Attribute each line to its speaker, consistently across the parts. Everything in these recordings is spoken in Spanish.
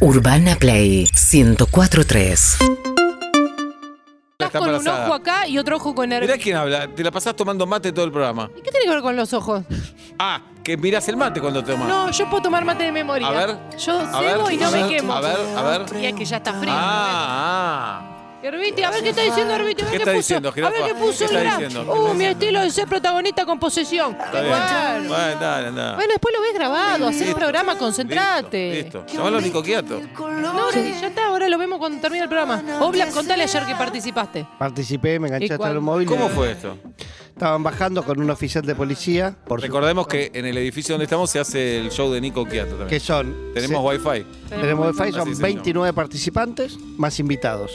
Speaker 1: Urbana Play 1043.
Speaker 2: Estás con un ojo acá y otro ojo con el.
Speaker 3: Mirá quién habla, te la pasás tomando mate todo el programa.
Speaker 2: ¿Y qué tiene que ver con los ojos?
Speaker 3: Ah, que mirás el mate cuando tomas.
Speaker 2: No, yo puedo tomar mate de memoria.
Speaker 3: A ver.
Speaker 2: Yo
Speaker 3: A
Speaker 2: cebo
Speaker 3: ver,
Speaker 2: y no
Speaker 3: a
Speaker 2: me
Speaker 3: ver,
Speaker 2: quemo.
Speaker 3: a ver, a ver.
Speaker 2: Y es que ya está frío.
Speaker 3: Ah, ah.
Speaker 2: Herbiti, a ver qué está diciendo Herbiti. a ver
Speaker 3: ¿Qué
Speaker 2: qué
Speaker 3: está
Speaker 2: puso.
Speaker 3: diciendo,
Speaker 2: A ver
Speaker 3: jirafa?
Speaker 2: qué puso,
Speaker 3: ¿Qué está
Speaker 2: mirá.
Speaker 3: diciendo? ¿Qué está
Speaker 2: Uh, mi
Speaker 3: diciendo?
Speaker 2: estilo de ser protagonista con posesión.
Speaker 3: Está bien.
Speaker 2: Claro.
Speaker 3: Bueno, dale, anda.
Speaker 2: Bueno, después lo ves grabado, hacés el
Speaker 3: Listo.
Speaker 2: programa, concentrate.
Speaker 3: Listo. listo. Llamalo a Nico Quiato.
Speaker 2: No, ahora ya está, ahora lo vemos cuando termine el programa. Oblak, contale ayer que participaste.
Speaker 4: Participé, me enganché
Speaker 2: ¿Y
Speaker 4: hasta
Speaker 2: cuándo?
Speaker 4: el móvil.
Speaker 3: ¿Cómo fue esto?
Speaker 4: Estaban bajando con un oficial de policía, por su-
Speaker 3: Recordemos que en el edificio donde estamos se hace el show de Nico Quiato
Speaker 4: que
Speaker 3: también.
Speaker 4: son.
Speaker 3: Tenemos
Speaker 4: se-
Speaker 3: wifi.
Speaker 4: tenemos wifi,
Speaker 3: Así
Speaker 4: son
Speaker 3: se
Speaker 4: 29 participantes más invitados.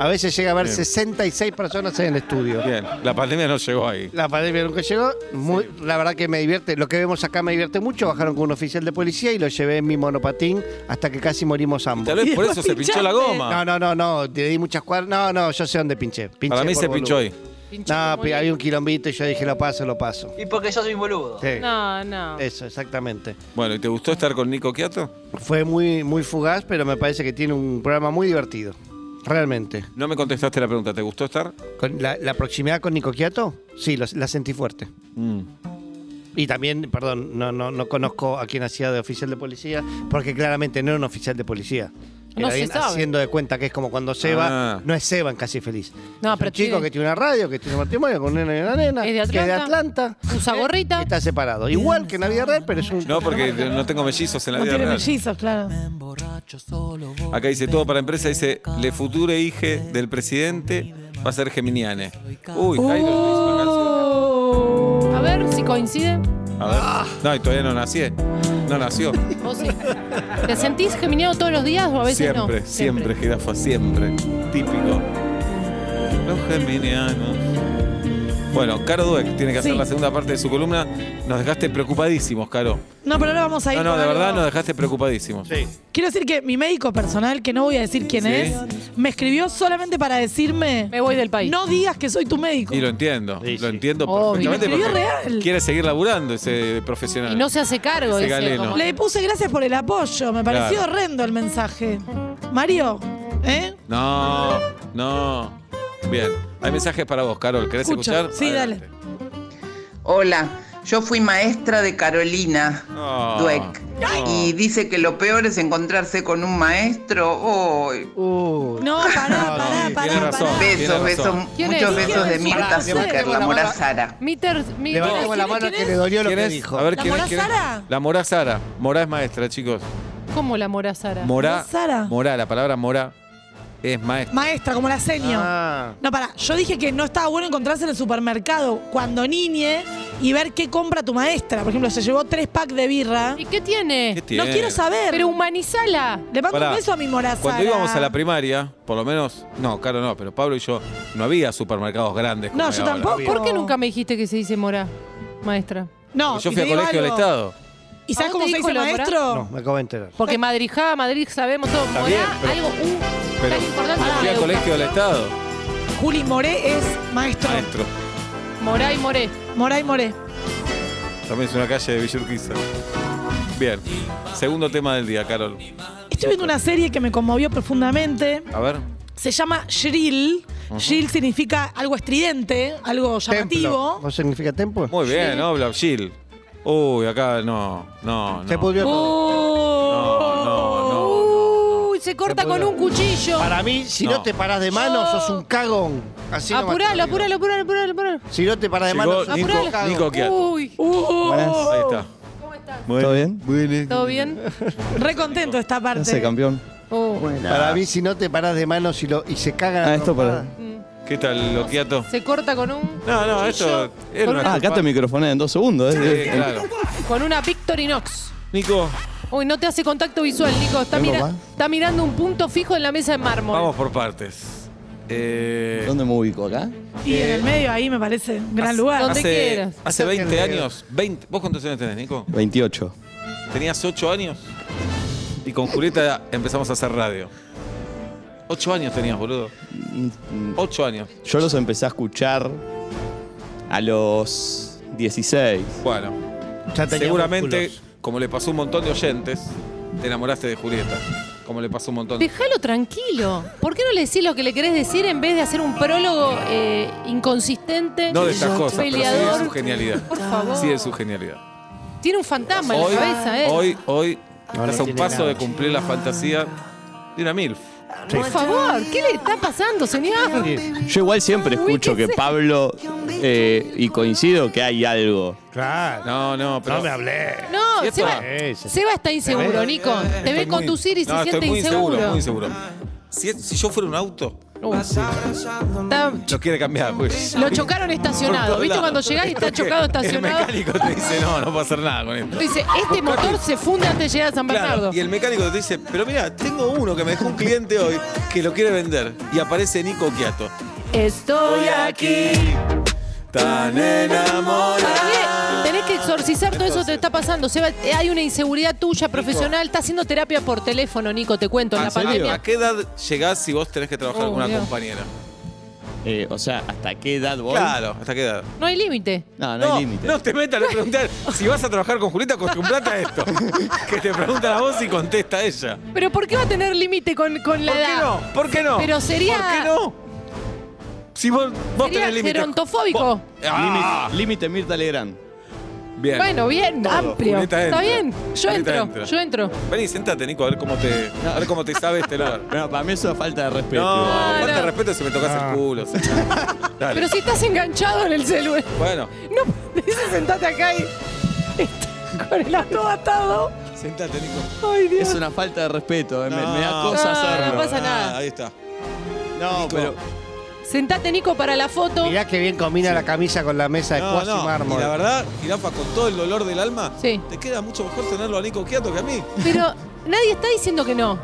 Speaker 4: A veces llega a haber
Speaker 3: Bien.
Speaker 4: 66 personas en el estudio.
Speaker 3: Bien, la pandemia no llegó ahí.
Speaker 4: La pandemia nunca llegó. Muy- La verdad que me divierte. Lo que vemos acá me divierte mucho. Bajaron con un oficial de policía y lo llevé en mi monopatín hasta que casi morimos ambos.
Speaker 3: Tal vez por eso
Speaker 2: después
Speaker 3: se pinchó la
Speaker 2: pinchaste.
Speaker 3: goma.
Speaker 4: No, no, no, no. Le di muchas cuadras. No, no, yo sé dónde pinché. Pinché
Speaker 3: Para mí
Speaker 4: por
Speaker 3: se
Speaker 4: boludo.
Speaker 3: pinchó ahí.
Speaker 4: No, pi- había un quilombito y yo dije, lo paso, lo paso.
Speaker 5: Y porque yo soy un boludo.
Speaker 4: Sí,
Speaker 2: No, no.
Speaker 4: Eso, exactamente.
Speaker 3: Bueno, ¿y te gustó estar con Nico Quiato?
Speaker 4: Fue muy, muy fugaz, pero me parece que tiene un programa muy divertido. Realmente.
Speaker 3: No me contestaste la pregunta. ¿Te gustó estar?
Speaker 4: Con la, la proximidad con Nico Quiato, sí, los- la sentí fuerte.
Speaker 3: Mm.
Speaker 4: Y también, perdón, no, no, no conozco a quien hacía de oficial de policía, porque claramente no era un oficial de policía.
Speaker 2: No
Speaker 4: Era
Speaker 2: se
Speaker 4: alguien
Speaker 2: sabe.
Speaker 4: haciendo de cuenta que es como cuando Seba,
Speaker 3: Ah.
Speaker 4: no es Seba en Casi Feliz.
Speaker 2: No,
Speaker 4: Es un
Speaker 2: pero
Speaker 4: chico
Speaker 2: tiene-
Speaker 4: que tiene una radio, que tiene un matrimonio con una nena y una nena,
Speaker 2: Es de
Speaker 4: que es de
Speaker 2: Atlanta.
Speaker 4: Atlanta,
Speaker 2: Usa
Speaker 4: ¿eh?
Speaker 2: gorrita.
Speaker 4: y está separado. Igual que en la vida real, pero es un...
Speaker 3: No, porque no tengo mellizos en la
Speaker 2: No
Speaker 3: vida
Speaker 2: tiene
Speaker 3: real.
Speaker 2: mellizos, claro.
Speaker 3: Acá dice todo para empresa, dice, le future hije del presidente va a ser Geminiane. Uy, Jairo le hizo una canción.
Speaker 2: A ver si coinciden. Ah.
Speaker 3: A ver. No, y todavía no nací. No nació.
Speaker 2: ¿Vos sí? ¿Te sentís geminiano todos los días o a veces no?
Speaker 3: siempre, siempre, jirafa, siempre. Típico. Los geminianos. Bueno, Caro Dueck tiene que hacer
Speaker 6: Sí.
Speaker 3: la segunda parte de su columna. Nos dejaste preocupadísimos, Caro.
Speaker 6: No, pero ahora vamos a ir.
Speaker 3: No, no,
Speaker 6: con
Speaker 3: de
Speaker 6: algo.
Speaker 3: verdad nos dejaste preocupadísimos.
Speaker 4: Sí.
Speaker 6: Quiero decir que mi médico personal, que no voy a decir quién
Speaker 3: Sí.
Speaker 6: es, me escribió solamente para decirme.
Speaker 2: Me voy del país.
Speaker 6: No digas que soy tu médico.
Speaker 3: Y lo entiendo,
Speaker 4: Sí, sí.
Speaker 3: lo entiendo
Speaker 2: Obvio.
Speaker 3: perfectamente
Speaker 6: Me escribió
Speaker 3: porque
Speaker 6: real.
Speaker 3: quiere seguir laburando ese profesional.
Speaker 2: Y no se hace cargo.
Speaker 3: Ese
Speaker 2: dice,
Speaker 3: galeno.
Speaker 2: como-
Speaker 6: Le puse gracias por el apoyo. Me pareció
Speaker 3: Claro.
Speaker 6: horrendo el mensaje. Mario, ¿eh?
Speaker 3: No, no. Bien, hay mensajes para vos, Carol. ¿Querés
Speaker 6: Escucho.
Speaker 3: escuchar?
Speaker 6: Sí,
Speaker 3: Adelante.
Speaker 7: Hola, yo fui maestra de Carolina
Speaker 3: No,
Speaker 7: Dweck.
Speaker 3: no.
Speaker 7: Y dice que lo peor es encontrarse con un maestro. Uy,
Speaker 4: Uh,
Speaker 6: No, pará,
Speaker 4: No, no,
Speaker 6: pará,
Speaker 3: tiene
Speaker 6: pará,
Speaker 3: razón.
Speaker 6: pará.
Speaker 3: Ah, tiene
Speaker 7: besos,
Speaker 3: razón.
Speaker 7: besos,
Speaker 2: ¿Quién es?
Speaker 7: muchos besos de
Speaker 6: ¿Quién es?
Speaker 7: Mirta
Speaker 6: Pará,
Speaker 7: Zucker,
Speaker 4: levantemos la
Speaker 7: la mora
Speaker 4: mano.
Speaker 7: Sara.
Speaker 2: Mi ter- mi-
Speaker 4: le bajamos la
Speaker 6: es?
Speaker 4: mano
Speaker 6: ¿Quién
Speaker 4: que
Speaker 6: es?
Speaker 4: le dolió lo
Speaker 3: ¿Quién
Speaker 4: que
Speaker 3: es?
Speaker 4: dijo.
Speaker 3: A ver,
Speaker 6: ¿La
Speaker 3: ¿quién es?
Speaker 6: Morá
Speaker 3: ¿Quién es?
Speaker 6: Sara?
Speaker 3: La Morá Sara. Morá es maestra, chicos.
Speaker 2: ¿Cómo la mora Sara?
Speaker 3: Morá.
Speaker 6: Morá Sara.
Speaker 3: Morá, la palabra morá es maestra.
Speaker 6: Maestra, como la seño.
Speaker 4: Ah.
Speaker 6: No, pará. Yo dije que no estaba bueno encontrarse en el supermercado cuando niñe y ver qué compra tu maestra. Por ejemplo, se llevó tres packs de birra.
Speaker 2: ¿Y qué tiene?
Speaker 3: ¿Qué
Speaker 6: No
Speaker 3: tiene?
Speaker 6: quiero saber.
Speaker 2: Pero humanizala.
Speaker 6: Le mando
Speaker 3: Pará.
Speaker 6: un beso a mi moraza.
Speaker 3: Cuando íbamos a la primaria, por lo menos, no, claro no, pero Pablo y yo, no había supermercados grandes. como
Speaker 6: No,
Speaker 3: hay
Speaker 6: yo
Speaker 3: ahora.
Speaker 6: tampoco.
Speaker 2: ¿Por qué nunca me dijiste que se dice mora, maestra?
Speaker 6: No,
Speaker 3: Yo
Speaker 6: y
Speaker 3: fui
Speaker 6: te
Speaker 3: a
Speaker 6: digo
Speaker 3: colegio del
Speaker 6: algo.
Speaker 3: Estado.
Speaker 6: ¿Y
Speaker 2: ¿A vos
Speaker 6: sabes cómo
Speaker 2: te
Speaker 6: se
Speaker 2: dijo
Speaker 6: dice
Speaker 2: lo de Morá?
Speaker 6: maestro?
Speaker 4: No, me acabo de enterar.
Speaker 2: Porque Madrijá, Madrid, sabemos todo. Morá,
Speaker 3: bien, pero-
Speaker 2: algo uh,
Speaker 3: Pero
Speaker 2: tan importante.
Speaker 3: fui
Speaker 2: para
Speaker 3: al
Speaker 2: la
Speaker 3: colegio del
Speaker 2: educación.
Speaker 3: Estado.
Speaker 6: Juli Moré es maestro.
Speaker 3: Maestro.
Speaker 2: Morá y Moré.
Speaker 6: Morá y Moré.
Speaker 3: También es una calle de Villurquiza. Bien. Segundo tema del día, Carol.
Speaker 6: Estoy viendo una serie que me conmovió profundamente.
Speaker 3: A ver.
Speaker 6: Se llama Shrill. Shrill significa algo estridente,
Speaker 4: Templo.
Speaker 6: algo llamativo.
Speaker 4: ¿No significa tempo?
Speaker 3: Muy bien, ¿no? Blauchil. Uy, acá no, no, no.
Speaker 4: Se pudrió
Speaker 6: Uh.
Speaker 3: No,
Speaker 4: todo.
Speaker 3: no, no,
Speaker 2: Uy, se corta
Speaker 4: Se
Speaker 2: con
Speaker 4: pudrió.
Speaker 2: un cuchillo.
Speaker 4: Para mí, si no,
Speaker 3: No.
Speaker 4: te parás de mano, sos un cagón. Así nomás te
Speaker 2: Apuralo,
Speaker 4: lo digo.
Speaker 2: apuralo, apuralo, apuralo, apuralo.
Speaker 4: Si no te parás de mano,
Speaker 3: Llegó
Speaker 4: sos
Speaker 3: Nico,
Speaker 4: un cagón.
Speaker 3: Nico Chiatto.
Speaker 2: Uy,
Speaker 3: Ahí está.
Speaker 2: ¿cómo estás?
Speaker 8: ¿Todo bien? eh.
Speaker 2: ¿Todo bien?
Speaker 6: Re contento esta
Speaker 8: ¿Qué hace,
Speaker 6: parte.
Speaker 8: campeón?
Speaker 2: Oh,
Speaker 4: Para mí, si no te parás de mano si lo, y se cagan. a
Speaker 8: Ah, esto
Speaker 4: trompadas.
Speaker 8: para-
Speaker 2: mm.
Speaker 3: ¿Qué tal, Loquiato?
Speaker 2: Se corta con un
Speaker 3: No, no, esto era una
Speaker 8: Ah, acá te microfoné en dos segundos.
Speaker 3: Sí,
Speaker 8: ¿eh?
Speaker 3: claro.
Speaker 2: con una Victorinox.
Speaker 3: Nico,
Speaker 2: Uy, no te hace contacto visual, Nico. Está,
Speaker 8: ¿Tengo
Speaker 2: mira-
Speaker 8: más?
Speaker 2: está mirando un punto fijo en la mesa de mármol.
Speaker 3: vamos por partes. Eh,
Speaker 8: ¿Dónde me ubico? ¿Acá?
Speaker 6: Y en el medio ahí me parece un gran lugar.
Speaker 2: ¿Dónde
Speaker 3: hace,
Speaker 2: quieras.
Speaker 3: hace 20
Speaker 4: Acérquenle.
Speaker 3: años, 20, ¿vos cuántos años tenés, Nico?
Speaker 8: 28.
Speaker 3: Tenías 8 años y con Julieta empezamos a hacer radio. 8 años tenías, boludo.
Speaker 8: Mm, mm.
Speaker 3: 8 años.
Speaker 8: Yo los empecé a escuchar a los 16.
Speaker 3: Bueno,
Speaker 4: Ya tenía
Speaker 3: Seguramente,
Speaker 4: músculos.
Speaker 3: como le pasó a un montón de oyentes, te enamoraste de Julieta. como le pasó a un montón.
Speaker 2: Déjalo tranquilo. ¿Por qué no le decís lo que le querés decir en vez de hacer un prólogo eh, inconsistente?
Speaker 3: No de estas cosas, pero sí de su
Speaker 2: peleador.
Speaker 3: genialidad.
Speaker 2: Por favor.
Speaker 3: Sí de su genialidad.
Speaker 2: Tiene un fantasma en
Speaker 3: Hoy,
Speaker 2: la cabeza, ¿eh?
Speaker 3: hoy, hoy
Speaker 4: No,
Speaker 3: estás
Speaker 4: no
Speaker 3: a un
Speaker 4: tiene
Speaker 3: paso
Speaker 4: nada.
Speaker 3: de cumplir la fantasía de una MILF.
Speaker 2: Por favor, ¿qué le está pasando, señor?
Speaker 8: Yo igual siempre escucho que Pablo, eh, y coincido que hay algo.
Speaker 4: Claro. Ah. No,
Speaker 3: No, no, pero.
Speaker 4: me hablé.
Speaker 2: No,
Speaker 3: ¿Cierto?
Speaker 2: Seba,
Speaker 4: Sí, sí.
Speaker 2: Seba está inseguro, Nico. Te
Speaker 3: Estoy
Speaker 2: ve
Speaker 3: muy-
Speaker 2: conducir y se
Speaker 3: no,
Speaker 2: siente
Speaker 3: estoy muy
Speaker 2: inseguro.
Speaker 3: inseguro. Muy inseguro. Si, si yo fuera un auto,
Speaker 2: Uh, sí. Está-
Speaker 3: lo quiere cambiar. pues.
Speaker 2: lo chocaron estacionado.
Speaker 3: Por
Speaker 2: ¿Viste
Speaker 3: todos
Speaker 2: cuando
Speaker 3: lados.
Speaker 2: llegás y está
Speaker 3: Esto que
Speaker 2: chocado
Speaker 3: El
Speaker 2: estacionado?
Speaker 3: mecánico te dice, no, no va a hacer nada con esto.
Speaker 2: Dice, este motor se funde antes de llegar a San
Speaker 3: Claro,
Speaker 2: Bernardo.
Speaker 3: y el mecánico te dice, pero mira, tengo uno que me dejó un cliente hoy que lo quiere vender. Y aparece Nico Quiato.
Speaker 2: Estoy aquí.
Speaker 3: tan
Speaker 2: Para mí,
Speaker 3: enamorado.
Speaker 2: tenés que exorcizar todo eso que te está pasando. Seba, eh, hay una inseguridad tuya profesional. Está haciendo terapia por teléfono, Nico, te cuento, en la
Speaker 3: ¿A,
Speaker 2: pandemia.
Speaker 3: a qué edad llegás si vos tenés que trabajar
Speaker 2: Oh,
Speaker 3: con una
Speaker 2: Dios.
Speaker 3: compañera?
Speaker 8: Eh, o sea, ¿hasta qué edad voy?
Speaker 3: Claro, ¿hasta qué edad?
Speaker 2: Ah, No hay límite.
Speaker 8: No, no, hay límite.
Speaker 3: no te metas a preguntar si vas a trabajar con Julieta, acostumbrate a esto. que te preguntan a vos y contesta ella.
Speaker 2: Pero ¿por qué va a tener límite con, con la
Speaker 3: ¿Por qué
Speaker 2: edad?
Speaker 3: no? ¿Por qué no?
Speaker 2: Pero sería-
Speaker 3: ¿Por qué no? Si vos, vos
Speaker 2: Sería
Speaker 3: tenés límites.
Speaker 2: gerontofóbico.
Speaker 3: Vos- Ah,
Speaker 8: Límite- Límite Mirta Legrand.
Speaker 3: bien.
Speaker 2: Bueno, bien, amplio.
Speaker 3: Julieta
Speaker 2: Está
Speaker 3: entra.
Speaker 2: bien. Yo
Speaker 3: Julieta
Speaker 2: entro,
Speaker 3: entra.
Speaker 2: yo entro.
Speaker 3: Vení, sentate, Nico, a ver cómo te, a ver cómo te sabe este lugar.
Speaker 8: No, para mí eso es falta de respeto.
Speaker 3: No,
Speaker 8: igual.
Speaker 3: falta
Speaker 2: no. Ah.
Speaker 3: de respeto si me tocas el culo. sí. Dale.
Speaker 2: Pero si estás enganchado en el celular.
Speaker 3: Bueno,
Speaker 2: No, dice sentate acá y. Con el auto atado.
Speaker 3: sentate, Nico.
Speaker 2: Ay, Dios.
Speaker 8: Es una falta de respeto. eh, Me, me da
Speaker 3: No.
Speaker 2: No,
Speaker 8: cosa
Speaker 2: no
Speaker 8: hacerlo.
Speaker 2: pasa nada.
Speaker 3: Ah, ahí está.
Speaker 8: No, pero
Speaker 2: Sentate, Nico, para la foto.
Speaker 4: Mirá que bien combina la camisa con la mesa de
Speaker 3: No,
Speaker 4: cuasi
Speaker 3: no,
Speaker 4: mármol.
Speaker 3: Y la verdad, Girafa, con todo el dolor del alma,
Speaker 2: Sí.
Speaker 3: te queda mucho mejor tenerlo a Nico Quiato que a mí.
Speaker 2: Pero nadie está diciendo que no.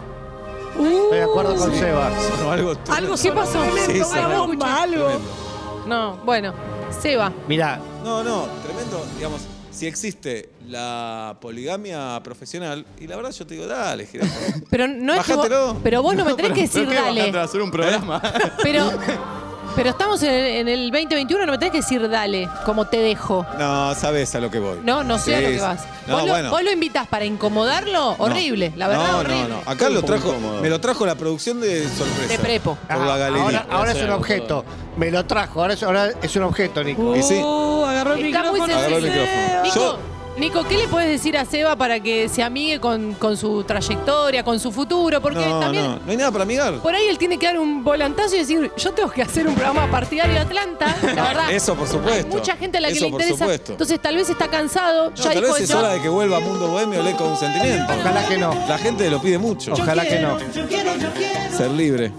Speaker 4: Estoy de acuerdo con Seba.
Speaker 3: Bueno, algo
Speaker 6: Algo
Speaker 2: ¿Qué Uh. pasó?
Speaker 3: Sí,
Speaker 6: Una
Speaker 3: sí.
Speaker 6: bomba, algo.
Speaker 3: Tremendo.
Speaker 2: No, bueno. Seba.
Speaker 4: Mirá,
Speaker 3: No, no, tremendo. Digamos, si existe la poligamia profesional, y la verdad yo te digo, dale, Girafa.
Speaker 2: Pero no es que vos,
Speaker 3: Bajátelo.
Speaker 2: Pero vos no me tenés que decir
Speaker 8: ¿Pero qué,
Speaker 2: dale.
Speaker 8: Alejandro, hacer un programa.
Speaker 2: Pero. Pero estamos en el, en el 2021, no me tenés que decir dale, como te dejo.
Speaker 3: No, sabes a lo que voy.
Speaker 2: No, no sé a lo
Speaker 3: Sí,
Speaker 2: que vas.
Speaker 3: No,
Speaker 2: vos, lo,
Speaker 3: bueno.
Speaker 2: vos lo invitás para incomodarlo,
Speaker 3: No.
Speaker 2: horrible, la verdad,
Speaker 3: no,
Speaker 2: horrible.
Speaker 3: No, no, Acá lo trajo, me lo trajo la producción de sorpresa.
Speaker 2: De prepo.
Speaker 3: Por la
Speaker 4: ah,
Speaker 3: galería.
Speaker 4: ahora, ahora es
Speaker 8: Gracias,
Speaker 4: un objeto. Me lo trajo, ahora es, ahora es un objeto, Nico.
Speaker 3: Y sí.
Speaker 6: Uh, agarró el
Speaker 2: Está muy
Speaker 6: micrófono.
Speaker 3: Agarró el micrófono.
Speaker 2: Nico,
Speaker 3: Yo-
Speaker 2: Nico, ¿qué le puedes decir a Seba para que se amigue con, con su trayectoria, con su futuro? Porque
Speaker 3: no,
Speaker 2: también
Speaker 3: no, no hay nada para amigar.
Speaker 2: por ahí él tiene que dar un volantazo y decir, yo tengo que hacer un programa partidario de Atlanta, la verdad.
Speaker 3: Eso, por
Speaker 2: Hay
Speaker 3: supuesto.
Speaker 2: mucha gente a la que
Speaker 3: Eso,
Speaker 2: le interesa.
Speaker 3: Por supuesto.
Speaker 2: Entonces tal vez está cansado,
Speaker 3: No,
Speaker 2: ya
Speaker 3: tal
Speaker 2: dijo
Speaker 3: vez es
Speaker 2: eso.
Speaker 3: hora de que vuelva a Mundo Bohemio le con un sentimiento.
Speaker 4: Ojalá que no.
Speaker 3: La gente lo pide mucho.
Speaker 4: Ojalá que no.
Speaker 3: Ser libre.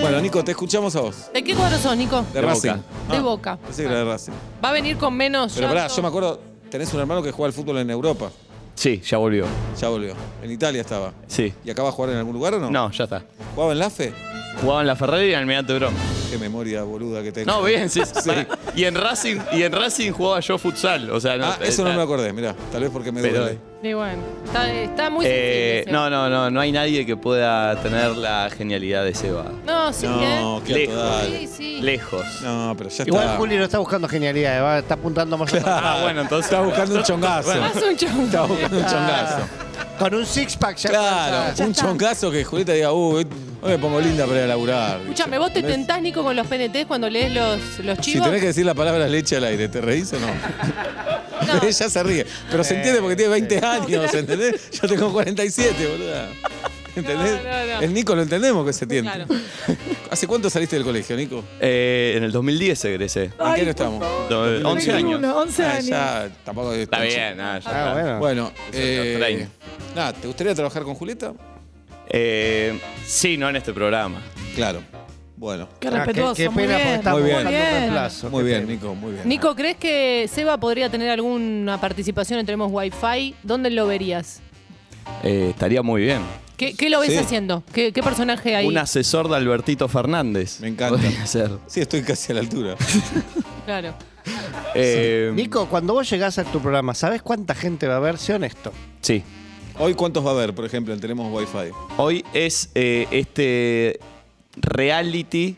Speaker 3: Bueno, Nico, te escuchamos a vos.
Speaker 2: ¿De qué cuadro sos, Nico?
Speaker 3: De,
Speaker 8: De
Speaker 3: Racing.
Speaker 8: Boca.
Speaker 2: De Boca.
Speaker 3: Pensé que era de Racing.
Speaker 2: Va a venir con menos.
Speaker 3: Pero pará,
Speaker 2: llanto.
Speaker 3: yo me acuerdo, tenés un hermano que juega al fútbol en Europa.
Speaker 8: Sí, ya volvió.
Speaker 3: Ya volvió. En Italia estaba.
Speaker 8: Sí.
Speaker 3: ¿Y acaba a jugar en algún lugar o no?
Speaker 8: No, ya está.
Speaker 3: ¿Jugaba en la fe?
Speaker 8: Jugaba en la Ferrari y en Almirante Brown.
Speaker 3: Qué memoria boluda que tengo.
Speaker 8: No, bien, sí. sí.
Speaker 3: Sí.
Speaker 8: Y en Racing, y en Racing jugaba yo futsal. O sea, no,
Speaker 3: Ah, eso no
Speaker 8: eh,
Speaker 3: me acordé, mirá. Tal vez porque me
Speaker 8: Pero-
Speaker 3: duele.
Speaker 2: Y bueno, está, está muy
Speaker 8: eh,
Speaker 2: sensible, Seba.
Speaker 8: no, no, no, no hay nadie que pueda tener la genialidad de Seba.
Speaker 2: No, sí,
Speaker 3: No,
Speaker 2: ¿eh?
Speaker 3: qué
Speaker 8: Lejos.
Speaker 2: Sí, sí.
Speaker 8: Lejos.
Speaker 3: No, pero ya
Speaker 4: Igual
Speaker 3: está.
Speaker 4: Juli no está buscando genialidad, eh, va- está apuntando más atrás.
Speaker 8: Ah, bueno, entonces
Speaker 3: Está buscando un chongazo.
Speaker 2: Haz un chongo.
Speaker 3: Está buscando un chongazo.
Speaker 4: Con un six-pack ya
Speaker 3: Claro,
Speaker 4: alcanza.
Speaker 3: un chongazo que Julieta diga, uh, hoy hoy me pongo linda para ir a laburar.
Speaker 2: Escúchame, vos te
Speaker 3: ¿Ves?
Speaker 2: tentás, Nico, con los PNTs cuando lees los, los
Speaker 3: Si
Speaker 2: chivos.
Speaker 3: tenés que decir la palabra leche al aire, ¿te reís o no? Ella se ríe. Pero
Speaker 8: Eh,
Speaker 3: se entiende porque tiene 20 años, ¿entendés? Yo tengo 47, boluda. ¿Entendés?
Speaker 2: No, no, no.
Speaker 3: El Nico lo entendemos que se tiende.
Speaker 2: Claro.
Speaker 3: ¿Hace cuánto saliste del colegio, Nico?
Speaker 8: Eh, en el 2010 egresé.
Speaker 3: ¿En qué año estamos?
Speaker 8: Do- 11 Eh, años.
Speaker 6: 11
Speaker 3: Ah,
Speaker 6: años.
Speaker 3: ya tampoco es
Speaker 8: Está
Speaker 3: tan
Speaker 8: bien, nada, ya
Speaker 4: Ah,
Speaker 8: está.
Speaker 4: bueno.
Speaker 3: Bueno,
Speaker 8: Es otro
Speaker 3: eh,
Speaker 8: training.
Speaker 3: nada, ¿te gustaría trabajar con Julieta?
Speaker 8: Eh, sí, no en este programa.
Speaker 3: Claro. Bueno.
Speaker 6: Qué
Speaker 4: Ah, qué-
Speaker 6: respetuoso.
Speaker 4: qué,
Speaker 6: muy
Speaker 4: pena porque
Speaker 6: bien.
Speaker 4: estamos
Speaker 3: Muy bien.
Speaker 4: buscando un
Speaker 6: Muy bien.
Speaker 4: reemplazo.
Speaker 3: Muy
Speaker 4: Qué
Speaker 3: bien,
Speaker 4: pena.
Speaker 3: Nico, muy bien.
Speaker 2: Nico, ¿crees que Seba podría tener alguna participación en Tenemos Wi-Fi? ¿Dónde lo verías?
Speaker 8: Eh, estaría muy bien.
Speaker 2: ¿Qué, qué lo ves
Speaker 3: Sí.
Speaker 2: haciendo? ¿Qué, qué personaje hay?
Speaker 8: Un asesor de Albertito Fernández.
Speaker 3: Me encanta.
Speaker 8: Podría ser.
Speaker 3: Sí, estoy casi a la altura.
Speaker 2: Claro.
Speaker 8: Eh,
Speaker 4: Nico, cuando vos llegás a tu programa, ¿sabés cuánta gente va a ver? Sé honesto.
Speaker 8: Sí.
Speaker 3: Hoy, ¿cuántos va a haber, por ejemplo, en Tenemos Wi-Fi?
Speaker 8: Hoy es eh, este reality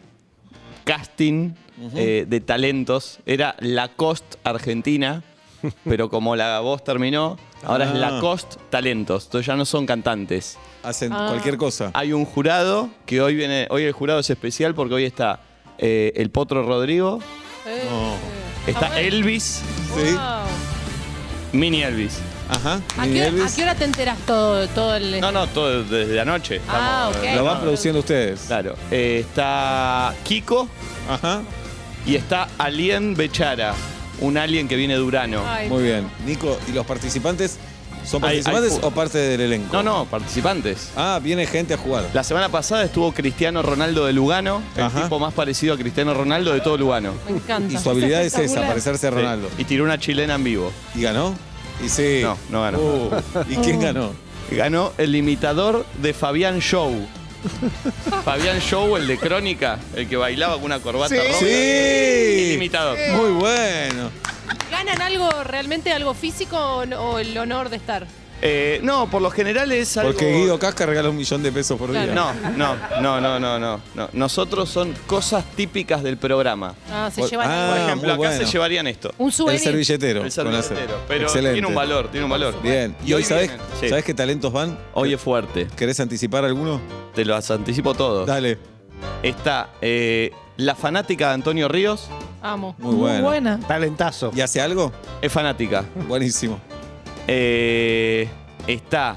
Speaker 8: casting eh, de talentos. Era Lacoste Argentina. pero como la voz terminó, ahora es
Speaker 3: Ah.
Speaker 8: Lacoste Talentos. Entonces ya no son cantantes.
Speaker 3: Hacen
Speaker 2: Ah.
Speaker 3: cualquier cosa.
Speaker 8: Hay un jurado que hoy viene, hoy el jurado es especial porque hoy está eh, el Potro Rodrigo,
Speaker 2: Eh,
Speaker 3: No.
Speaker 8: está
Speaker 2: Ah, bueno.
Speaker 8: Elvis,
Speaker 3: Sí.
Speaker 2: wow.
Speaker 8: mini Elvis.
Speaker 3: Ajá.
Speaker 2: ¿A
Speaker 3: Mini
Speaker 2: qué, hora,
Speaker 3: Elvis.
Speaker 2: a qué hora te enteras todo, todo el.?
Speaker 8: No, no, todo desde anoche.
Speaker 2: Ah,
Speaker 8: estamos,
Speaker 2: ok.
Speaker 8: eh,
Speaker 3: Lo
Speaker 8: no,
Speaker 3: van produciendo ustedes.
Speaker 8: Claro. Eh, está Kiko
Speaker 3: Ajá.
Speaker 8: y está Alien Bechara, un alien que viene de Urano.
Speaker 2: Ay,
Speaker 3: Muy bien. Nico, ¿y los participantes son
Speaker 8: Hay- hay
Speaker 3: participantes
Speaker 8: fu-
Speaker 3: o parte del elenco?
Speaker 8: No, no, participantes.
Speaker 3: Ah, viene gente a jugar.
Speaker 8: La semana pasada estuvo Cristiano Ronaldo de Lugano, el
Speaker 3: Ajá.
Speaker 8: tipo más parecido a Cristiano Ronaldo de todo Lugano.
Speaker 2: me encanta.
Speaker 3: Y su habilidad es esa,
Speaker 6: espectacular.
Speaker 3: parecerse a Ronaldo.
Speaker 8: Sí, Y tiró una chilena en vivo.
Speaker 3: ¿Y ganó? Y sí.
Speaker 8: No, no ganó.
Speaker 3: Uh, ¿Y quién ganó?
Speaker 8: Ganó el imitador de Fabián Show. Fabián Show, el de Crónica, el que bailaba con una corbata roja. El
Speaker 3: Sí.
Speaker 8: imitador.
Speaker 3: Muy bueno.
Speaker 2: ¿Ganan algo realmente, algo físico o, no- o el honor de estar?
Speaker 8: Eh, no, por lo general es algo...
Speaker 3: Porque Guido Casca regala un millón de pesos por día.
Speaker 2: Claro.
Speaker 8: No, no, no, no, no, no, no. Nosotros son cosas típicas del programa.
Speaker 2: Ah, se
Speaker 3: Por-
Speaker 2: llevan
Speaker 3: Ah,
Speaker 8: Por
Speaker 2: algo.
Speaker 8: ejemplo, acá
Speaker 3: muy bueno.
Speaker 8: se llevarían esto.
Speaker 2: Un
Speaker 3: El
Speaker 2: souvenir.
Speaker 3: servilletero.
Speaker 8: El
Speaker 3: con la ser-
Speaker 8: servilletero. Pero
Speaker 3: Excelente.
Speaker 8: tiene un valor, tiene un valor.
Speaker 3: Bien. ¿Y, hoy sabes,
Speaker 8: vienen- sí.
Speaker 3: sabes qué talentos van?
Speaker 8: Hoy es fuerte.
Speaker 3: ¿Querés anticipar alguno?
Speaker 8: Te los anticipo todos.
Speaker 3: Dale.
Speaker 8: Está eh, la fanática de Antonio Ríos.
Speaker 2: Amo.
Speaker 3: Muy bueno.
Speaker 6: buena.
Speaker 4: Talentazo.
Speaker 3: ¿Y hace algo?
Speaker 8: Es fanática.
Speaker 3: Buenísimo.
Speaker 8: Eh, está.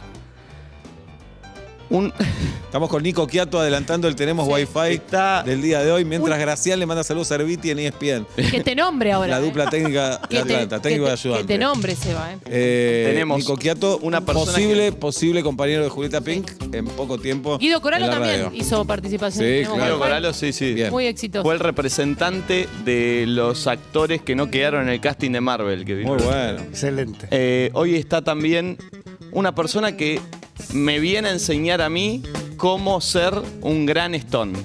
Speaker 8: Un,
Speaker 3: Estamos con Nico Quiato adelantando el Tenemos Wi-Fi
Speaker 8: está-
Speaker 3: del día de hoy, mientras Gracián le manda saludos a Herbiti en E ESPN,
Speaker 2: Que te nombre ahora.
Speaker 3: la
Speaker 2: eh.
Speaker 3: dupla técnica de
Speaker 2: Que te,
Speaker 3: Atlanta,
Speaker 2: que
Speaker 3: técnico de
Speaker 2: te-
Speaker 3: ayudante.
Speaker 2: que te nombre, Seba. Eh.
Speaker 3: Eh,
Speaker 8: Tenemos
Speaker 3: Nico Quiato,
Speaker 8: una persona
Speaker 3: posible,
Speaker 8: que-
Speaker 3: posible compañero de Julieta Pink en poco tiempo.
Speaker 2: Guido
Speaker 3: en
Speaker 2: Coralo
Speaker 3: la
Speaker 2: también
Speaker 3: radio.
Speaker 2: hizo participación.
Speaker 3: Sí,
Speaker 2: en Tenemos
Speaker 3: claro.
Speaker 8: Guido
Speaker 2: Wi-Fi.
Speaker 8: Coralo, sí, sí.
Speaker 3: Bien.
Speaker 2: Muy exitoso.
Speaker 8: Fue el representante de los actores que no quedaron en el casting de Marvel. Que vino.
Speaker 3: Muy bueno.
Speaker 4: Excelente.
Speaker 8: Eh, hoy está también una persona que me viene a enseñar a mí cómo ser un gran Stone.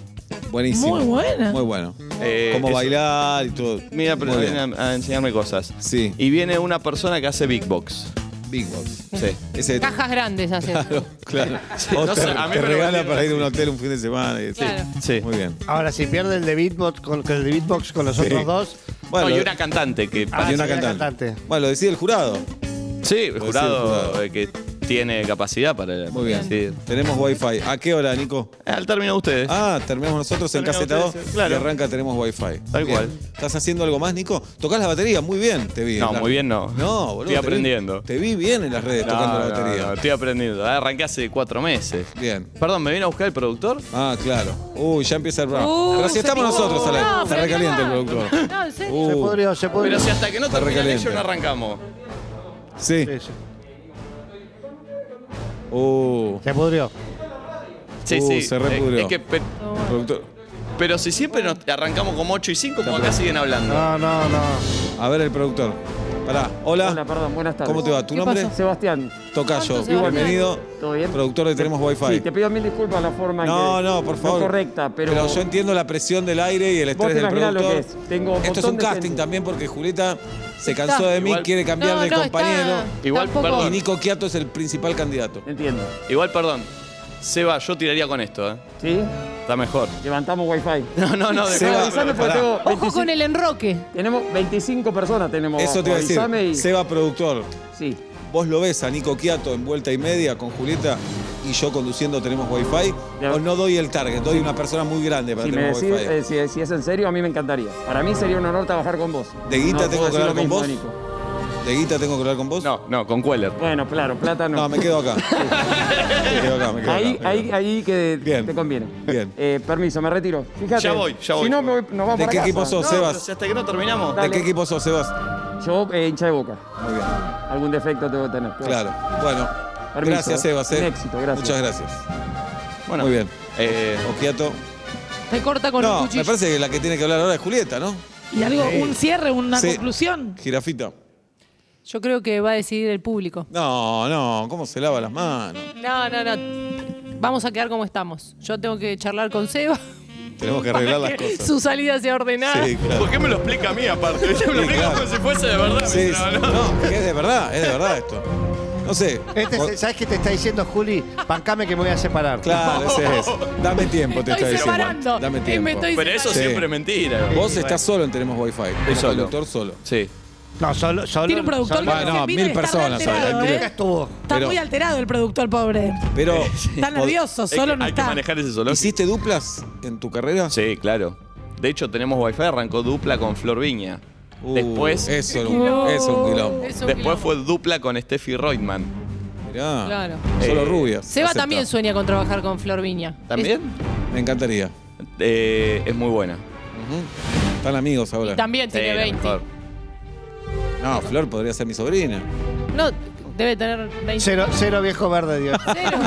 Speaker 3: Buenísimo.
Speaker 6: Muy buena.
Speaker 3: Muy bueno.
Speaker 8: Eh,
Speaker 3: Cómo
Speaker 8: es-
Speaker 3: bailar y todo.
Speaker 8: Mira, pero
Speaker 3: Muy
Speaker 8: viene
Speaker 3: bien.
Speaker 8: a, a enseñarme cosas.
Speaker 3: Sí.
Speaker 8: Y viene una persona que hace Big Box.
Speaker 3: Big Box.
Speaker 8: Sí.
Speaker 3: Ese
Speaker 2: Cajas grandes hace.
Speaker 3: Claro, claro.
Speaker 8: Sí,
Speaker 3: O
Speaker 8: no
Speaker 3: te,
Speaker 8: sé, a mí
Speaker 3: te
Speaker 8: me lo
Speaker 3: regala
Speaker 8: vendieron
Speaker 3: para ir a
Speaker 8: así.
Speaker 3: un hotel un fin de semana. y-
Speaker 2: Claro.
Speaker 8: Sí.
Speaker 3: Muy bien.
Speaker 4: Ahora, si pierde el de beatbox con, con el de beatbox con los otros dos,
Speaker 3: Bueno,
Speaker 8: No, y una cantante que
Speaker 3: y
Speaker 4: Ah,
Speaker 3: una
Speaker 4: sí, una
Speaker 3: cantante.
Speaker 4: cantante.
Speaker 3: Bueno, lo decide el jurado.
Speaker 8: Sí,
Speaker 3: Pues Sí,
Speaker 8: el jurado,
Speaker 3: el jurado.
Speaker 8: eh, que tiene capacidad para
Speaker 3: Muy bien.
Speaker 8: decidir.
Speaker 3: Tenemos wifi. ¿A qué hora, Nico?
Speaker 8: Al término de ustedes.
Speaker 3: Ah, terminamos nosotros en
Speaker 8: Terminamos
Speaker 3: caseta 2
Speaker 8: ustedes,
Speaker 3: y
Speaker 8: claro.
Speaker 3: arranca tenemos wifi.
Speaker 8: Tal
Speaker 3: Bien.
Speaker 8: cual.
Speaker 3: ¿Estás haciendo algo más, Nico? ¿Tocás la batería? Muy bien, te vi. en
Speaker 8: No,
Speaker 3: la-
Speaker 8: muy bien no.
Speaker 3: No, boludo.
Speaker 8: Estoy
Speaker 3: te vi-
Speaker 8: aprendiendo.
Speaker 3: Te vi bien en las redes
Speaker 8: No,
Speaker 3: tocando la
Speaker 8: no,
Speaker 3: batería.
Speaker 8: no, estoy aprendiendo. Ah, Arranqué hace cuatro meses.
Speaker 3: Bien.
Speaker 8: Perdón, ¿me vino a buscar el productor?
Speaker 3: Ah, claro. Uy, ya empieza el rap.
Speaker 2: Uh,
Speaker 3: Pero si
Speaker 2: se
Speaker 3: estamos
Speaker 2: picó.
Speaker 3: nosotros, Ale.
Speaker 2: No,
Speaker 3: Se
Speaker 2: pero
Speaker 3: recalienta el
Speaker 2: mirá.
Speaker 3: productor.
Speaker 2: No, en serio.
Speaker 3: Uh,
Speaker 4: se podrió, se podrió.
Speaker 8: Pero si hasta que no
Speaker 3: Está
Speaker 8: termine
Speaker 3: recaliente.
Speaker 8: ello no arrancamos.
Speaker 3: Sí.
Speaker 4: Sí, sí.
Speaker 3: Uh,
Speaker 4: Se podrió.
Speaker 8: Sí,
Speaker 3: Uh,
Speaker 8: sí.
Speaker 3: se
Speaker 8: eh,
Speaker 3: repudrió.
Speaker 8: es que pe-
Speaker 3: el productor.
Speaker 8: pero si siempre nos arrancamos como 8 y 5, como acá siguen
Speaker 3: Ah.
Speaker 8: hablando.
Speaker 4: No, no, no.
Speaker 3: A ver, el productor. Pará. Hola.
Speaker 5: Hola, perdón, buenas tardes.
Speaker 3: ¿Cómo te va? ¿Tu
Speaker 2: ¿Qué
Speaker 3: nombre?
Speaker 2: pasó?
Speaker 5: Sebastián,
Speaker 3: Tocayo.
Speaker 2: ¿Cuánto se va?
Speaker 3: Bienvenido.
Speaker 5: ¿todo bien?
Speaker 3: Productor de Tenemos Wi-Fi.
Speaker 5: Sí, te pido mil disculpas la forma en
Speaker 3: No,
Speaker 5: que-
Speaker 3: no, por favor.
Speaker 5: No correcta, pero...
Speaker 3: yo entiendo la presión del aire y el
Speaker 5: Vos
Speaker 3: estrés
Speaker 5: te
Speaker 3: del
Speaker 5: imaginás lo
Speaker 3: productor.
Speaker 5: que es. Tengo un
Speaker 3: Esto es
Speaker 5: montón
Speaker 3: un
Speaker 5: de
Speaker 3: casting
Speaker 5: gente.
Speaker 3: también porque Julieta se cansó de mí,
Speaker 8: Igual-
Speaker 3: quiere cambiar
Speaker 2: No,
Speaker 3: de
Speaker 2: no,
Speaker 3: compañero.
Speaker 2: está-
Speaker 8: Igual,
Speaker 2: tampoco-
Speaker 8: perdón.
Speaker 3: Y Nico Quiato es el principal candidato.
Speaker 5: Entiendo.
Speaker 8: Igual, perdón. Seba, yo tiraría con esto, ¿eh?
Speaker 5: ¿Sí?
Speaker 8: Está mejor.
Speaker 5: Levantamos wifi.
Speaker 8: No, no, no. dejá de-
Speaker 3: Seba,
Speaker 5: Avisame porque
Speaker 3: pará.
Speaker 5: tengo
Speaker 2: Ojo
Speaker 5: 25
Speaker 2: con el enroque.
Speaker 5: Tenemos 25 personas tenemos
Speaker 3: Eso te iba a
Speaker 5: abajo. Avisame
Speaker 3: decir.
Speaker 5: y...
Speaker 3: Seba, productor.
Speaker 5: Sí.
Speaker 3: ¿Vos lo ves a Nico Quiato en vuelta y media con Julieta y yo conduciendo Tenemos Wi-Fi?
Speaker 5: Ya.
Speaker 3: ¿O no doy el target? Doy una persona muy grande para
Speaker 5: Si me
Speaker 3: Tenemos
Speaker 5: decís,
Speaker 3: Wi-Fi.
Speaker 5: eh, si, si es en serio, a mí me encantaría. Para mí sería un honor trabajar con vos.
Speaker 3: ¿De guita tengo que
Speaker 5: puedo decir
Speaker 3: hablar
Speaker 5: lo
Speaker 3: con
Speaker 5: mismo,
Speaker 3: vos?
Speaker 5: Nico.
Speaker 3: ¿De guita tengo que hablar con vos?
Speaker 8: No, no, con Queller.
Speaker 5: Bueno, claro, plata no.
Speaker 3: No, me quedo acá. me quedo acá, me quedo
Speaker 5: Ahí,
Speaker 3: acá, me
Speaker 5: ahí,
Speaker 3: quedo acá.
Speaker 5: ahí que
Speaker 3: Bien.
Speaker 5: te conviene.
Speaker 3: Bien.
Speaker 5: Eh, permiso, me retiro. Fíjate.
Speaker 8: Ya voy, ya voy.
Speaker 5: Si no, me voy- nos vamos
Speaker 3: ¿De
Speaker 5: para
Speaker 3: qué
Speaker 5: casa.
Speaker 3: equipo sos?
Speaker 8: No,
Speaker 3: Sebas.
Speaker 8: pero si hasta que no terminamos.
Speaker 3: ¿De
Speaker 5: dale.
Speaker 3: qué equipo sos, Sebas?
Speaker 5: Yo, eh, hincha de boca.
Speaker 3: Muy bien.
Speaker 5: Algún defecto debo tener.
Speaker 3: Claro. Bueno.
Speaker 5: Permiso,
Speaker 3: gracias,
Speaker 5: eh.
Speaker 3: Sebas. eh.
Speaker 5: Un éxito, gracias.
Speaker 3: Muchas gracias.
Speaker 8: Bueno,
Speaker 3: Muy bien.
Speaker 8: eh,
Speaker 3: Okiato.
Speaker 2: Te corta con un
Speaker 3: No,
Speaker 2: cuchillo.
Speaker 3: me parece que la que tiene que hablar ahora es Julieta, ¿no?
Speaker 6: Y algo, un cierre, una
Speaker 3: Sí.
Speaker 6: conclusión.
Speaker 3: Girafita.
Speaker 2: Yo creo que va a decidir el público.
Speaker 3: No, no, ¿cómo se lava las manos?
Speaker 2: No, no, no. Vamos a quedar como estamos. Yo tengo que charlar con Seba.
Speaker 3: Tenemos que arreglar las cosas.
Speaker 2: Su salida sea ordenada.
Speaker 3: Sí, claro.
Speaker 8: ¿Por qué me lo explica a mí aparte? Me lo explica
Speaker 3: claro.
Speaker 8: como si fuese de verdad.
Speaker 3: Sí,
Speaker 8: me
Speaker 3: sí.
Speaker 8: dice, no, no.
Speaker 3: no, es de verdad, es de verdad esto. No sé.
Speaker 4: Este,
Speaker 3: o-
Speaker 4: es- ¿Sabes qué te está diciendo, Juli? Bancame que me voy a separar.
Speaker 3: Claro, ese es. Dame tiempo, te
Speaker 2: Estoy
Speaker 3: está
Speaker 2: separando.
Speaker 3: diciendo. Dame
Speaker 2: Eh, me
Speaker 3: tiempo.
Speaker 2: estoy-
Speaker 8: Pero eso
Speaker 3: Sí.
Speaker 8: siempre es mentira.
Speaker 3: Vos estás solo en Tenemos Wi-Fi. Como
Speaker 8: solo.
Speaker 3: conductor solo.
Speaker 8: Sí.
Speaker 4: No, solo. solo
Speaker 6: Tiene un productor
Speaker 4: solo-
Speaker 6: que
Speaker 3: Bueno,
Speaker 6: se
Speaker 3: no,
Speaker 6: pide
Speaker 3: mil
Speaker 6: que está re
Speaker 3: personas hay, hay
Speaker 6: alterado,
Speaker 3: miles.
Speaker 6: ¿eh?
Speaker 4: Nunca estuvo.
Speaker 6: Está
Speaker 3: Pero-
Speaker 6: muy alterado el productor, pobre.
Speaker 3: Pero,
Speaker 8: Eh,
Speaker 6: Está nervioso,
Speaker 8: Es que
Speaker 6: solo no
Speaker 8: Hay
Speaker 6: está.
Speaker 8: que manejar ese zoológico.
Speaker 3: ¿hiciste duplas en tu carrera?
Speaker 8: Sí, claro. De hecho, tenemos Wi-Fi, arrancó dupla con Flor Viña.
Speaker 3: Uh,
Speaker 8: después
Speaker 3: Eso, era un- eso, un quilombo.
Speaker 2: Eso,
Speaker 8: después
Speaker 2: quilombo.
Speaker 8: fue dupla con Steffi Reutemann.
Speaker 3: Mirá.
Speaker 2: Claro.
Speaker 3: Solo
Speaker 8: Eh,
Speaker 3: rubias.
Speaker 2: Seba
Speaker 3: Acepta.
Speaker 2: también sueña con trabajar con Flor Viña.
Speaker 8: ¿También?
Speaker 3: Me encantaría.
Speaker 8: Eh, es muy buena.
Speaker 3: Ujú. Están amigos
Speaker 2: Es-
Speaker 3: ahora.
Speaker 2: y también tiene
Speaker 8: Sí, la
Speaker 2: 20.
Speaker 8: mejor.
Speaker 3: No, Flor podría ser mi sobrina.
Speaker 2: No, debe tener 20.
Speaker 4: Cero, cero viejo verde, Dios.
Speaker 2: Cero.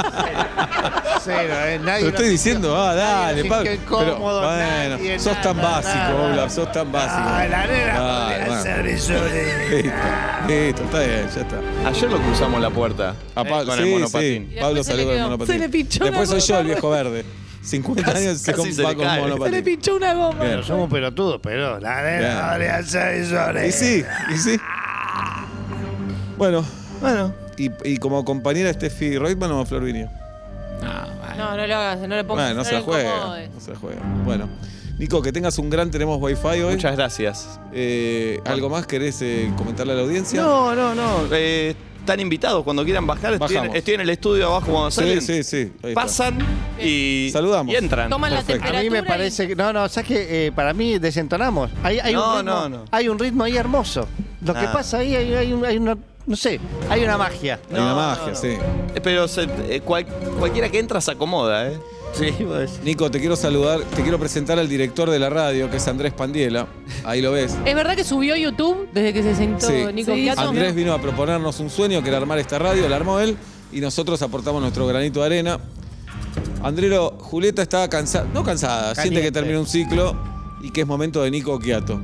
Speaker 4: Cero, eh, nadie.
Speaker 3: Lo
Speaker 4: lo-
Speaker 3: estoy diciendo, ah, dale,
Speaker 4: Nadie
Speaker 3: Pablo.
Speaker 4: se sintió incómodo,
Speaker 3: bueno,
Speaker 4: nadie,
Speaker 3: sos tan
Speaker 4: nada,
Speaker 3: básico,
Speaker 4: nada.
Speaker 3: Oblap, sos tan básico.
Speaker 4: Ah, la nena
Speaker 3: Dale,
Speaker 4: podría
Speaker 3: bueno.
Speaker 4: ser eso de-
Speaker 3: Listo, listo, está bien, ya está.
Speaker 8: Ayer lo cruzamos la puerta
Speaker 3: A Ah, Pa-
Speaker 8: eh, con
Speaker 3: sí,
Speaker 8: el monopatín.
Speaker 3: sí,
Speaker 2: Y
Speaker 3: Pablo
Speaker 2: después se le
Speaker 3: salió con el
Speaker 2: quedó.
Speaker 3: monopatín.
Speaker 6: Se le pinchó
Speaker 3: Después
Speaker 6: la
Speaker 3: soy yo el
Speaker 6: goma.
Speaker 3: viejo verde. 50 años se
Speaker 8: casi se
Speaker 3: compa
Speaker 8: le
Speaker 3: con
Speaker 8: cae.
Speaker 6: Se le
Speaker 3: monopatín.
Speaker 6: pinchó una goma.
Speaker 3: Bien.
Speaker 4: Pero somos pelotudos, pero la nena
Speaker 3: Bien.
Speaker 4: podría ser eso de-
Speaker 3: Y sí, y sí. Bueno, bueno. Y, y como compañera Steffi Reutemann o Flor Vinio.
Speaker 2: No, no lo hagas, no le pongas.
Speaker 3: Bueno, no se
Speaker 2: lo
Speaker 3: la juega.
Speaker 2: incomodes.
Speaker 3: No se la juega. Bueno. Nico, que tengas un gran, tenemos wifi hoy.
Speaker 8: Muchas gracias.
Speaker 3: Eh, ¿Algo más querés eh, comentarle a la audiencia?
Speaker 8: No, no, no. eh, están invitados cuando quieran bajar. Estoy en,
Speaker 3: Bajamos.
Speaker 8: estoy en el estudio abajo cuando
Speaker 3: Sí,
Speaker 8: salen.
Speaker 3: sí, sí. ahí está.
Speaker 8: Pasan y,
Speaker 3: Saludamos.
Speaker 8: y entran.
Speaker 2: Toman la
Speaker 3: Perfecto.
Speaker 4: A
Speaker 2: temperatura.
Speaker 4: mí me parece que. No, no, sabes que para mí desentonamos. Hay, hay
Speaker 8: No,
Speaker 4: un ritmo,
Speaker 8: no, no.
Speaker 4: Hay un ritmo ahí hermoso. Lo que
Speaker 8: Ah.
Speaker 4: pasa ahí, hay, hay un- hay una. No sé, hay una magia.
Speaker 3: Hay una
Speaker 8: No,
Speaker 3: magia,
Speaker 8: no, no.
Speaker 3: sí.
Speaker 8: Eh, Pero se- eh, cual- cualquiera que entra se acomoda, ¿eh?
Speaker 4: Sí, vos.
Speaker 3: Nico, te quiero saludar, te quiero presentar al director de la radio, que es Andrés Pandiela. Ahí lo ves.
Speaker 2: ¿Es verdad que subió YouTube desde que se sentó
Speaker 3: Sí.
Speaker 2: Nico
Speaker 6: Sí,
Speaker 2: Piatto?
Speaker 3: Andrés vino a proponernos un sueño, que era armar esta radio, la armó él, y nosotros aportamos nuestro granito de arena. Andrelo, Julieta está cansada, no cansada, siente que
Speaker 4: Caliente.
Speaker 3: termina un ciclo y que es momento de Nico Quiato.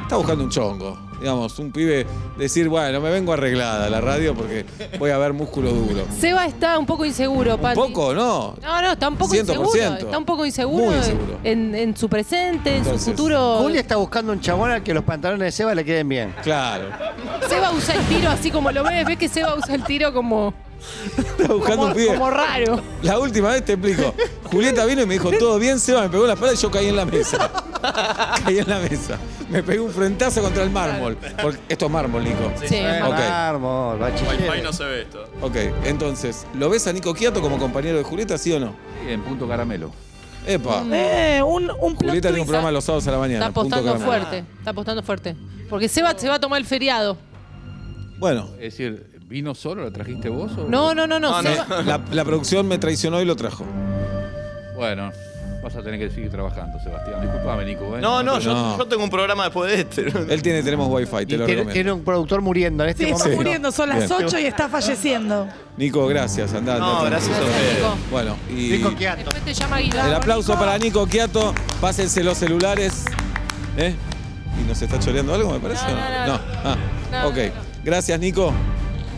Speaker 3: Está buscando un chongo, digamos, un pibe, decir, bueno, me vengo arreglada a la radio porque voy a ver músculo duro.
Speaker 2: Seba está un poco inseguro,
Speaker 3: Un
Speaker 2: Pati.
Speaker 3: poco, ¿no?
Speaker 2: No, no, está un poco
Speaker 3: 100%.
Speaker 2: inseguro. Está un poco inseguro,
Speaker 3: Muy inseguro.
Speaker 2: En, en su presente, en
Speaker 3: Entonces,
Speaker 2: su futuro.
Speaker 4: Julia está buscando un chabón al que los pantalones de Seba le queden bien.
Speaker 3: Claro.
Speaker 2: Seba usa el tiro así como lo ves. Ves que Seba usa el tiro como,
Speaker 3: Está buscando
Speaker 2: como,
Speaker 3: un pibe.
Speaker 2: como raro.
Speaker 3: La última vez te explico. Julieta vino y me dijo, todo bien, Seba, me pegó en la espalda y yo caí en la mesa. caí en la mesa. Me pegué un frentazo contra el mármol. Porque esto es mármol, Nico.
Speaker 2: Sí,
Speaker 4: Eh,
Speaker 2: mamá.
Speaker 4: mármol, bachiller.
Speaker 8: Wi-Fi no se ve esto.
Speaker 3: Ok, entonces, ¿lo ves a Nico Quiato como compañero de Julieta, sí o no?
Speaker 9: En punto caramelo.
Speaker 3: Epa.
Speaker 6: Eh, un, un plot
Speaker 3: Julieta tiene un
Speaker 6: twist.
Speaker 3: programa los sábados a la mañana.
Speaker 2: Está
Speaker 3: punto
Speaker 2: apostando
Speaker 3: caramelo.
Speaker 2: fuerte. Está apostando fuerte. Porque Seba se va a tomar el feriado.
Speaker 3: Bueno,
Speaker 9: Es decir, ¿vino solo? ¿Lo trajiste vos? O...
Speaker 2: No, no, no, no.
Speaker 8: No, no.
Speaker 2: Seba-
Speaker 3: eh, la, la producción me traicionó y lo trajo.
Speaker 9: Bueno, vas a tener que seguir trabajando, Sebastián. Disculpame, Nico. ¿eh?
Speaker 8: No, no,
Speaker 9: te-
Speaker 8: yo,
Speaker 3: No.
Speaker 8: yo tengo un programa después de este.
Speaker 3: Él tiene, tenemos wifi, te
Speaker 4: Y
Speaker 3: lo
Speaker 4: tiene,
Speaker 3: recomiendo.
Speaker 4: tiene un productor muriendo en este
Speaker 6: Sí, está
Speaker 4: momento.
Speaker 6: muriendo, son las
Speaker 3: Bien.
Speaker 6: 8 y está falleciendo.
Speaker 3: Nico, gracias, andá. andá,
Speaker 8: No,
Speaker 3: andá.
Speaker 8: gracias a ustedes.
Speaker 2: Nico.
Speaker 3: Bueno, y...
Speaker 4: Nico Quiato.
Speaker 2: Después te llama Guido.
Speaker 3: El aplauso para Nico Quiato. Pásense los celulares. ¿Eh? ¿Y nos está choreando algo, me parece?
Speaker 2: No, no, no.
Speaker 3: Ah,
Speaker 2: No,
Speaker 3: ok.
Speaker 2: no, no.
Speaker 3: Gracias, Nico.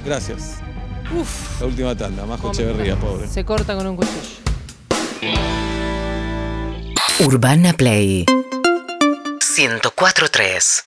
Speaker 3: Gracias. La última tanda. Majo Echeverría, pobre.
Speaker 2: Se corta con un cuchillo.
Speaker 1: Urbana Play 104.3